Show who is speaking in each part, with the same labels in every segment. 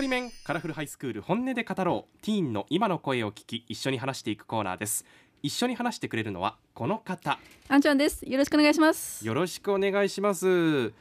Speaker 1: り面カラフルハイスクール本音で語ろうティーンの今の声を聞き一緒に話していくコーナーです一緒に話してくれるのはこの方
Speaker 2: あんちゃんです。よろしくお願いします。
Speaker 1: よろしくお願いします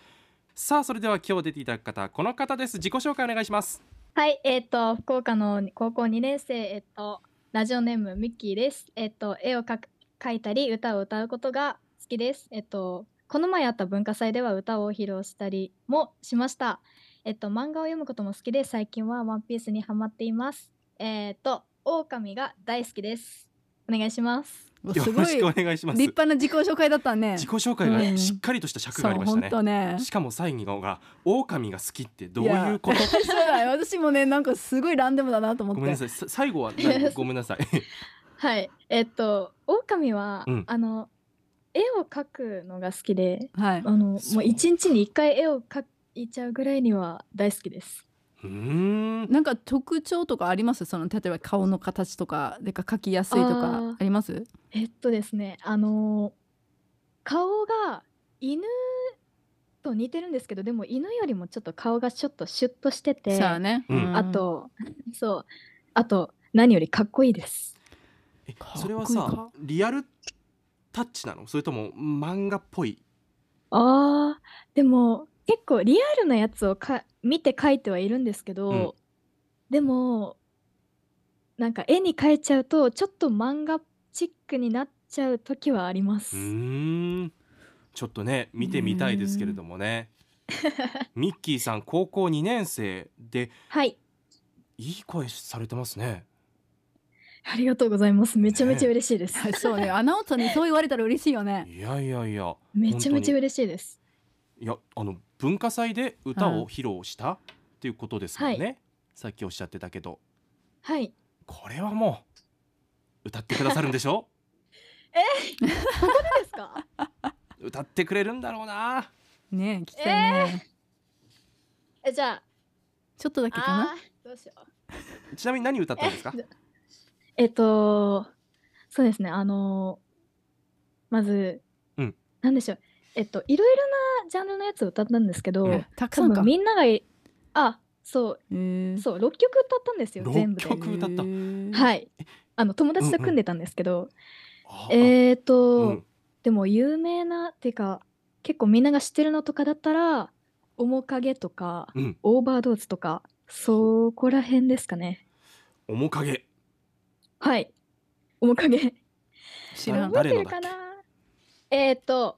Speaker 1: さあそれでは今日出ていただく方この方です自己紹介お願いします
Speaker 3: はい、えっ、と福岡の高校2年生えっ、とラジオネームミッキーです。えっ、と絵を描く描いたり歌を歌うことが好きです。えっ、とこの前あった文化祭では歌を披露したりもしました。えっ、と漫画を読むことも好きで最近はワンピースにハマっています。えっ、と狼が大好きです。お願いします。
Speaker 2: うわ
Speaker 1: よ
Speaker 2: す
Speaker 1: ろ
Speaker 2: ごい
Speaker 1: し
Speaker 2: 立
Speaker 1: くお願いします自己
Speaker 2: 派な自己紹介だったね。
Speaker 1: 紹介
Speaker 2: う
Speaker 1: が
Speaker 2: ん
Speaker 1: しっかりとした尺が
Speaker 2: そ
Speaker 1: あ
Speaker 2: う
Speaker 1: りました
Speaker 2: 本
Speaker 1: ね
Speaker 2: 当ね。
Speaker 1: しかも最後が狼が好きってどういうこと
Speaker 2: そうだよ 私もねなんかすごいランダムだなと思っ
Speaker 1: ご
Speaker 2: て。
Speaker 1: めんなさいさ最後は何ごめんな さい
Speaker 3: はい、えっ、と狼は、
Speaker 1: うん
Speaker 3: あの絵を描くのが好きで。
Speaker 2: はい。
Speaker 3: あの
Speaker 1: そう
Speaker 3: もう一日に一回絵を描いちゃうぐらいには大好きです。
Speaker 1: うーん
Speaker 2: なんか特徴とかあります？その例えば顔の形とかでか描きやすいとか
Speaker 3: あー
Speaker 2: あります？
Speaker 3: えっとですね、あの顔が犬と似てるんですけど、でも犬よりもちょっと顔がちょっとシュッとしてて、
Speaker 2: そうやね。
Speaker 1: うん
Speaker 2: うん
Speaker 3: あと、そう、あと何よりかっこいいです。
Speaker 1: え
Speaker 2: かっこいい
Speaker 1: それはさ
Speaker 2: か
Speaker 1: リアルタッチなのそれとも漫画っぽい
Speaker 3: ああ、でも結構リアルなやつをか見て描いてはいるんですけど、
Speaker 1: うん
Speaker 3: でもなんか絵に描いちゃうとちょっと漫画チックになっちゃう時はありま
Speaker 1: う
Speaker 3: す。
Speaker 1: ーんちょっとね見てみたいですけれども ねミッキーさん高校2年生で
Speaker 3: はい、
Speaker 1: いい声されてますね
Speaker 3: ありがとうございます。めちゃめちゃ嬉しいです。
Speaker 2: はいそうねアナウンサーにそう言われたら嬉しいよね。
Speaker 1: いやいやいや
Speaker 3: めちゃめちゃ
Speaker 1: 本
Speaker 3: 嬉しいです。
Speaker 1: 当にいやあの文化祭で歌を披露したっていうことですもんね、さっきおっしゃってたけど
Speaker 3: はい、
Speaker 1: これはもう歌ってくださるんでし ょ
Speaker 3: どうですか？
Speaker 1: 歌ってくれるんだろうな
Speaker 2: ね聞きたいね。
Speaker 3: えじゃあ、
Speaker 2: ちょっとだけかな。
Speaker 3: あーどうしよう。
Speaker 1: ちなみに何歌ったんですか
Speaker 3: ええっと、そうですね、あの、まず、
Speaker 1: うん
Speaker 3: なんでしょう、えっと、いろいろなジャンルのやつを歌ったんですけど、
Speaker 1: うん
Speaker 2: たく
Speaker 3: 多
Speaker 2: さんか
Speaker 3: 分。みんながい、あ、そう、
Speaker 2: えー
Speaker 3: そう、6曲歌ったんですよ、
Speaker 1: 六
Speaker 3: 全部で。
Speaker 1: 曲歌った
Speaker 2: へー
Speaker 3: はい。あの、友達と組んでたんですけど、
Speaker 1: あ
Speaker 3: えーっ
Speaker 1: あ
Speaker 3: と、
Speaker 1: うん
Speaker 3: でも有名な、っていうか、結構みんなが知ってるのとかだったら、面影とか、
Speaker 1: うん
Speaker 3: オーバードーズとか、そこら辺ですかね。
Speaker 1: 面影
Speaker 3: はい。面影。
Speaker 2: 知らん。
Speaker 3: 覚え
Speaker 1: 誰
Speaker 3: て
Speaker 1: の
Speaker 3: る
Speaker 1: だ
Speaker 3: か
Speaker 1: っけ
Speaker 3: なえっ、ー、と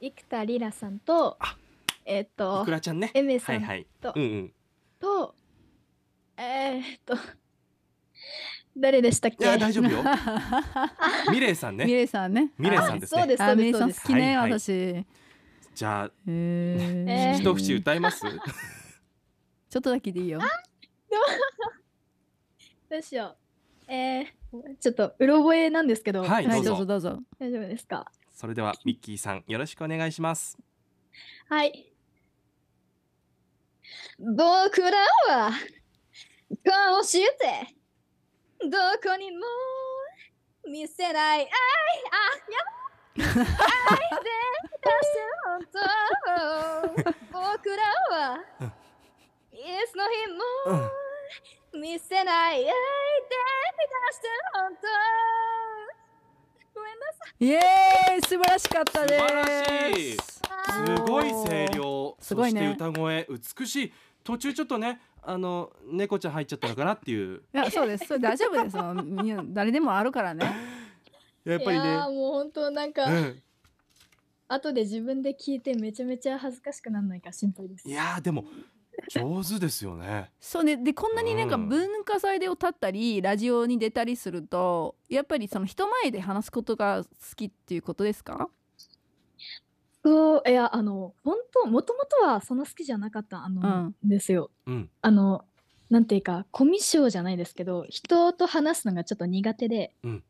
Speaker 3: 生田リラさんと
Speaker 1: あ
Speaker 3: えっ、
Speaker 1: い
Speaker 3: ー、と
Speaker 1: くらちゃんね
Speaker 3: エメ
Speaker 1: は
Speaker 3: さ
Speaker 1: い
Speaker 3: ん
Speaker 1: はい
Speaker 3: と
Speaker 1: うんうん
Speaker 3: と、えっ、ー、と誰でしたっ
Speaker 1: い
Speaker 3: け
Speaker 1: や大丈 夫よ ミレイさんね
Speaker 2: ミレイさんね。
Speaker 1: ミレイさんですね
Speaker 3: そうです
Speaker 2: あ
Speaker 3: そう
Speaker 2: ミレ
Speaker 3: で
Speaker 2: イ
Speaker 3: す
Speaker 2: さ好
Speaker 3: そうんです
Speaker 2: きね、
Speaker 1: はいはい
Speaker 2: 私。へ
Speaker 1: じゃあ
Speaker 2: え
Speaker 3: えー
Speaker 1: 一節歌います
Speaker 2: ちょっとだけでいいよ。
Speaker 3: どうしようえー、ちょっとうろ覚えなんですけど、
Speaker 1: はい
Speaker 2: はい、
Speaker 1: ど
Speaker 2: ど
Speaker 1: う
Speaker 2: う
Speaker 1: ぞ
Speaker 2: ぞどうぞ。
Speaker 3: 大丈夫ですか
Speaker 1: それではミッキーさんよろしくお願いします
Speaker 3: はい僕らはこうしてどこにも見せない愛あや愛で出して本当僕らは
Speaker 1: うん
Speaker 3: いつの
Speaker 1: う
Speaker 3: 日
Speaker 1: ん
Speaker 3: も見せない愛で出して本当ごめんな
Speaker 2: イエーイ素晴らしかったで
Speaker 1: 素
Speaker 2: す。
Speaker 1: 晴らしい
Speaker 3: さい
Speaker 1: すごい声量
Speaker 2: すごいね
Speaker 1: そして歌声美しい途中ちょっとねあの猫ちゃん入っちゃったのかなっていう
Speaker 2: いやそうです。それ大丈夫です。もうみんな誰でもあるからね。
Speaker 1: やっぱり
Speaker 3: い
Speaker 1: ね
Speaker 3: やーもう本当なんか、
Speaker 1: うん
Speaker 3: 後で自分で聞いてめちゃめちゃ恥ずかしくならないか心配です
Speaker 1: いやーでも上手ですよね
Speaker 2: そうね。でこんなになんか
Speaker 1: うん
Speaker 2: 文化祭で歌ったり、ラジオに出たりするとやっぱりその人前で話すことが好きっていうことですか？
Speaker 3: そういやあの本当もともとはそんな好きじゃなかったあの、ですよ
Speaker 1: うん
Speaker 3: あのなんていうかコミュ障じゃないですけど人と話すのがちょっと苦手で、
Speaker 1: うん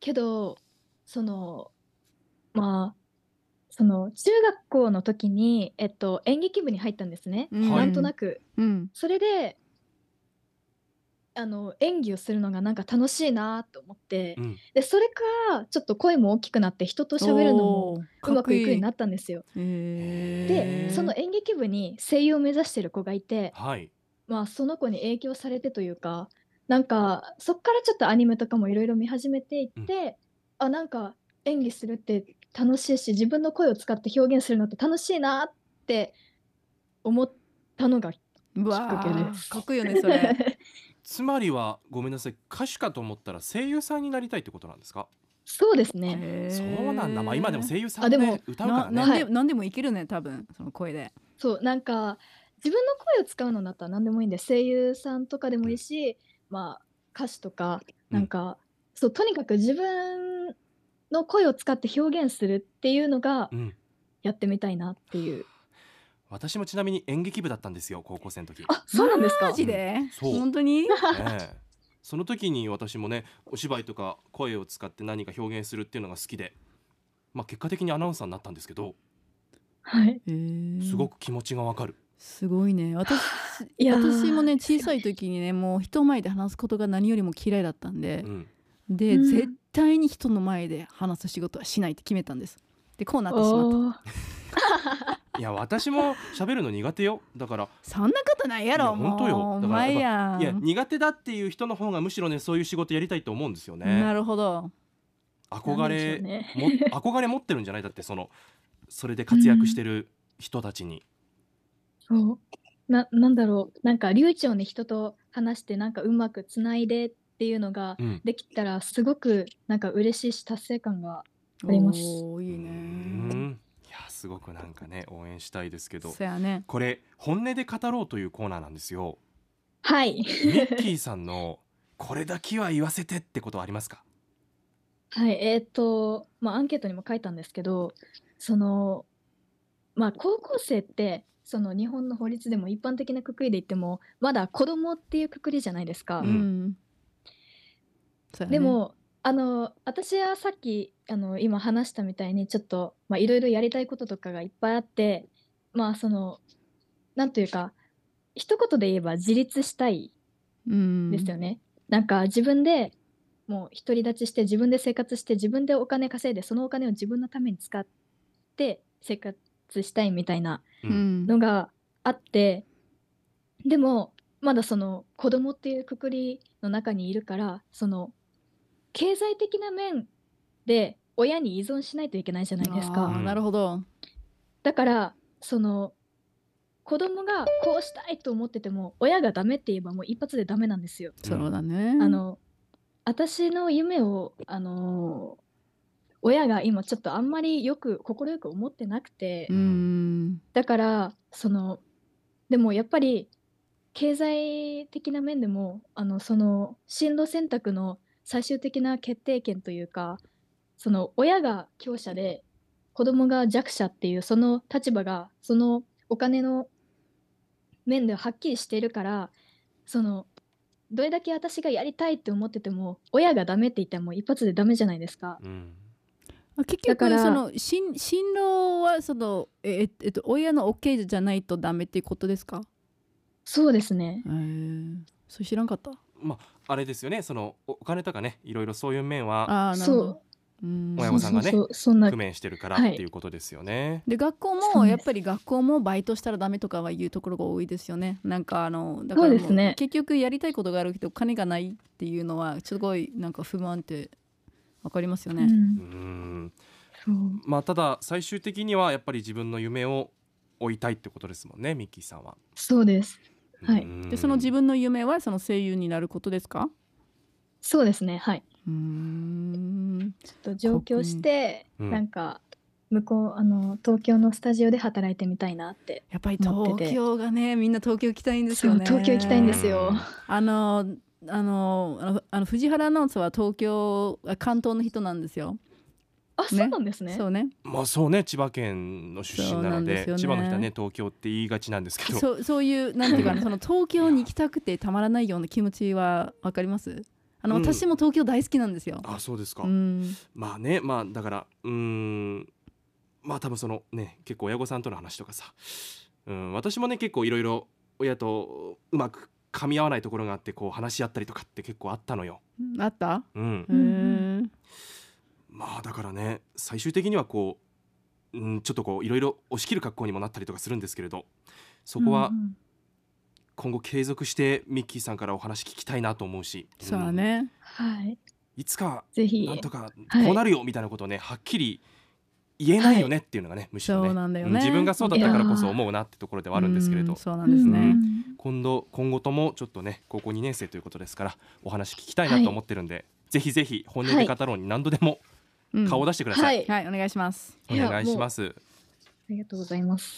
Speaker 3: けどそのまあその中学校の時に、えっと、演劇部に入ったんですね、
Speaker 2: うん
Speaker 3: なんとなく
Speaker 2: うん。
Speaker 3: それであの演技をするのがなんか楽しいなと思って、
Speaker 1: うん
Speaker 3: でそれからちょっと声も大きくなって人と喋るのも
Speaker 2: おー
Speaker 3: うまくいくようにな
Speaker 2: っ
Speaker 3: ったんですよ。
Speaker 2: て
Speaker 1: へー
Speaker 3: でその演劇部に声優を目指してる子がいて
Speaker 1: はい
Speaker 3: まあ、その子に影響されてというか、なんか、そっからちょっとアニメとかもいろいろ見始めていって、あ、なんか演技するって楽しいし、自分の声を使って表現するのって楽しいなって思ったのがき
Speaker 2: う
Speaker 3: っかけ
Speaker 2: わ
Speaker 3: です。
Speaker 2: ーかっこいいよねそ れ
Speaker 1: つまりはごめんなさい歌手かと思ったら声優さんになりたいってことなんですか
Speaker 3: そうですね。
Speaker 1: そうなんだまあ今でも声優さん
Speaker 3: あで
Speaker 1: で
Speaker 3: も
Speaker 1: 歌うか
Speaker 2: な
Speaker 1: らね
Speaker 2: なんでなんでもいけるね多分その声で
Speaker 3: そう、なんか、自分の声を使うのだったら何でもいいんで、声優さんとかでもいいし、まあ、歌手とか、
Speaker 1: うん
Speaker 3: なんか、そう、とにかく自分の声を使って表現するっていうのが
Speaker 1: うん
Speaker 3: やってみたいなっていう。
Speaker 1: 私もちなみに演劇部だったんですよ高校生の時、
Speaker 3: あ、そうなんですか
Speaker 2: マジで
Speaker 1: そう
Speaker 2: 本当に
Speaker 1: ええその時に私もねお芝居とか声を使って何か表現するっていうのが好きでまあ結果的にアナウンサーになったんですけど
Speaker 3: はい。
Speaker 1: すご
Speaker 2: く
Speaker 1: く気持ちがわかる、
Speaker 2: すごいね私
Speaker 3: いやー
Speaker 2: 私もね小さい時にねもう人前で話すことが何よりも嫌いだったんで
Speaker 1: う、ん、
Speaker 2: で、
Speaker 3: うん
Speaker 2: 絶対に人の前で話す仕事はしないって決めたんですでこうなってしまった
Speaker 3: おー
Speaker 1: いや私も喋るの苦手よだから
Speaker 2: そんなことないや
Speaker 1: いや
Speaker 2: ろも
Speaker 1: 本当よ
Speaker 2: うお
Speaker 1: だから
Speaker 2: 前やん
Speaker 1: いや苦手だっていう人の方がむしろねそういう仕事やりたいと思うんですよ
Speaker 2: な
Speaker 1: ね
Speaker 2: るほど
Speaker 1: 憧れ、
Speaker 3: なんでしょうね
Speaker 1: も憧れ持ってるんじゃないだってそのそれで活躍してる人たちに、
Speaker 3: そうななんだろうなんか流暢に人と話してなんかうまくつないでっていうのが
Speaker 1: うん
Speaker 3: できたらすごくなんか嬉しいし達成感があります
Speaker 2: おーいいうね
Speaker 1: んいやすごくなんかね応援したいですけど
Speaker 2: そやね
Speaker 1: これ本音で語ろうというコーナーなんですよ
Speaker 3: はい
Speaker 1: ミッキーさんのこれだけは言わせてってことはありますか
Speaker 3: はいえっ、とまあアンケートにも書いたんですけどそのまあ高校生ってその日本の法律でも一般的なくくりで言ってもまだ子供っていうくくりじゃないですか、
Speaker 1: う
Speaker 2: うんんそやね
Speaker 3: でもあの私はさっきあの今話したみたいにちょっとまあいろいろやりたいこととかがいっぱいあってまあそのなんというか一言で言えば自立したい
Speaker 2: うん
Speaker 3: ですよね、なんか自分でもう独り立ちして自分で生活して自分でお金稼いでそのお金を自分のために使って生活したいみたいな
Speaker 1: う
Speaker 2: う、ん
Speaker 3: のがあってでもまだその子供っていうくくりの中にいるからその経済的な面で親に依存しないといけないじゃないです
Speaker 2: あ
Speaker 3: か
Speaker 2: ーなるほど
Speaker 3: だからその子供がこうしたいと思ってても親がダメって言えばもう一発でダメなんですよ。
Speaker 2: そうだね
Speaker 3: あの私の夢をあの親が今ちょっとあんまりよく快く思ってなくて、
Speaker 2: うん
Speaker 3: だからそのでもやっぱり経済的な面でもあのその進路選択の最終的な決定権というかその親が強者で子供が弱者っていうその立場がそのお金の面ではっきりしているからそのどれだけ私がやりたいって思ってても親がダメって言ったらもう一発でダメじゃないですか。
Speaker 1: うん
Speaker 2: 結
Speaker 3: だ
Speaker 2: 局
Speaker 3: から
Speaker 2: その進進路はそのえええっと親の OK じゃないとダメっていうことですか
Speaker 3: そうですね
Speaker 2: へえそれ知らんかった
Speaker 1: あれですよねそのおお金とかねいろいろそういう面は
Speaker 2: ああなるほ
Speaker 3: そ
Speaker 2: どうん
Speaker 1: 親御さんがね
Speaker 3: そうそうそうそんな
Speaker 1: 工面してるからっ
Speaker 3: はい
Speaker 1: ていうことですよね、
Speaker 2: で学校
Speaker 3: そう
Speaker 2: も
Speaker 3: です
Speaker 2: やっぱり学校もバイトしたらダメとかは言うところが多いですよねなんかあのだからも
Speaker 3: そうですね
Speaker 2: 結局やりたいことがあるけどお金がないっていうのはすごいなんか不満ってわかりますよ
Speaker 3: う
Speaker 2: ね、
Speaker 1: うんん
Speaker 3: そう
Speaker 1: まあただ最終的にはやっぱり自分の夢を追いたいってことですもんねミッキーさんは。
Speaker 3: そうですはい
Speaker 1: うん
Speaker 2: でその自分の夢はその声優になることですか
Speaker 3: そうですねはい。
Speaker 2: うん
Speaker 3: ちょっと上京して、
Speaker 1: うん
Speaker 3: なんか向こうあの東京のスタジオで働いてみたいなって
Speaker 2: やっぱり
Speaker 3: 持ってて
Speaker 2: 東京がねみんな東京行きたいんですよね
Speaker 3: そう東京行きたいんですよ
Speaker 2: あのあのあのあの藤原アナウンサーは東京あ関東の人なんですよ、
Speaker 3: あ、そうなんですね
Speaker 2: そうね
Speaker 1: まあそうね千葉県の出身な
Speaker 2: そうな
Speaker 1: の
Speaker 2: ん
Speaker 1: で
Speaker 2: ですよね
Speaker 1: 千葉の人はね東京って言いがちなんですけど
Speaker 2: そうそういうなんていうか
Speaker 1: う
Speaker 2: なんその東京に行きたくてたまらないような気持ちはわかりますあの、
Speaker 1: うん
Speaker 2: 私も東京大好きなんですよ
Speaker 1: あそうですか、
Speaker 2: うん
Speaker 1: まあねまあだからうーんまあ多分そのね結構親御さんとの話とかさ、うん、私もね結構いろいろ親とうまく噛み合わないところがあってこう話し合ったりとかって結構あったのよ。
Speaker 2: あった
Speaker 1: うん、
Speaker 3: う
Speaker 2: へ
Speaker 3: ん
Speaker 2: ー
Speaker 1: まあだからね最終的にはこう、うん、ちょっとこういろいろ押し切る格好にもなったりとかするんですけれどそこは
Speaker 3: うん
Speaker 1: 今後継続してミッキーさんからお話聞きたいなと思うし、うん
Speaker 2: そうだね、
Speaker 3: はい。
Speaker 1: いつか
Speaker 3: ぜひ
Speaker 1: なん。とか
Speaker 3: はい
Speaker 1: こうなるよみたいなことをねはっきり言えないよねっていうのがねむしろ
Speaker 2: そう
Speaker 1: ね
Speaker 2: なんだよ
Speaker 1: う
Speaker 2: ね、
Speaker 1: ん自分がそうだったからこそ思うなってところではあるんですけれ
Speaker 2: う
Speaker 1: ど
Speaker 2: そうなんですね、
Speaker 3: うん
Speaker 1: 今度今後ともちょっとね高校2年生ということですからお話聞きたいなと思ってるんで、ぜひぜひ本音で語ろうに何度でも
Speaker 2: うん
Speaker 1: 顔を出してください、
Speaker 3: はい。あ
Speaker 2: はいお願いします
Speaker 3: いや
Speaker 1: お願いします
Speaker 3: りがとうございます。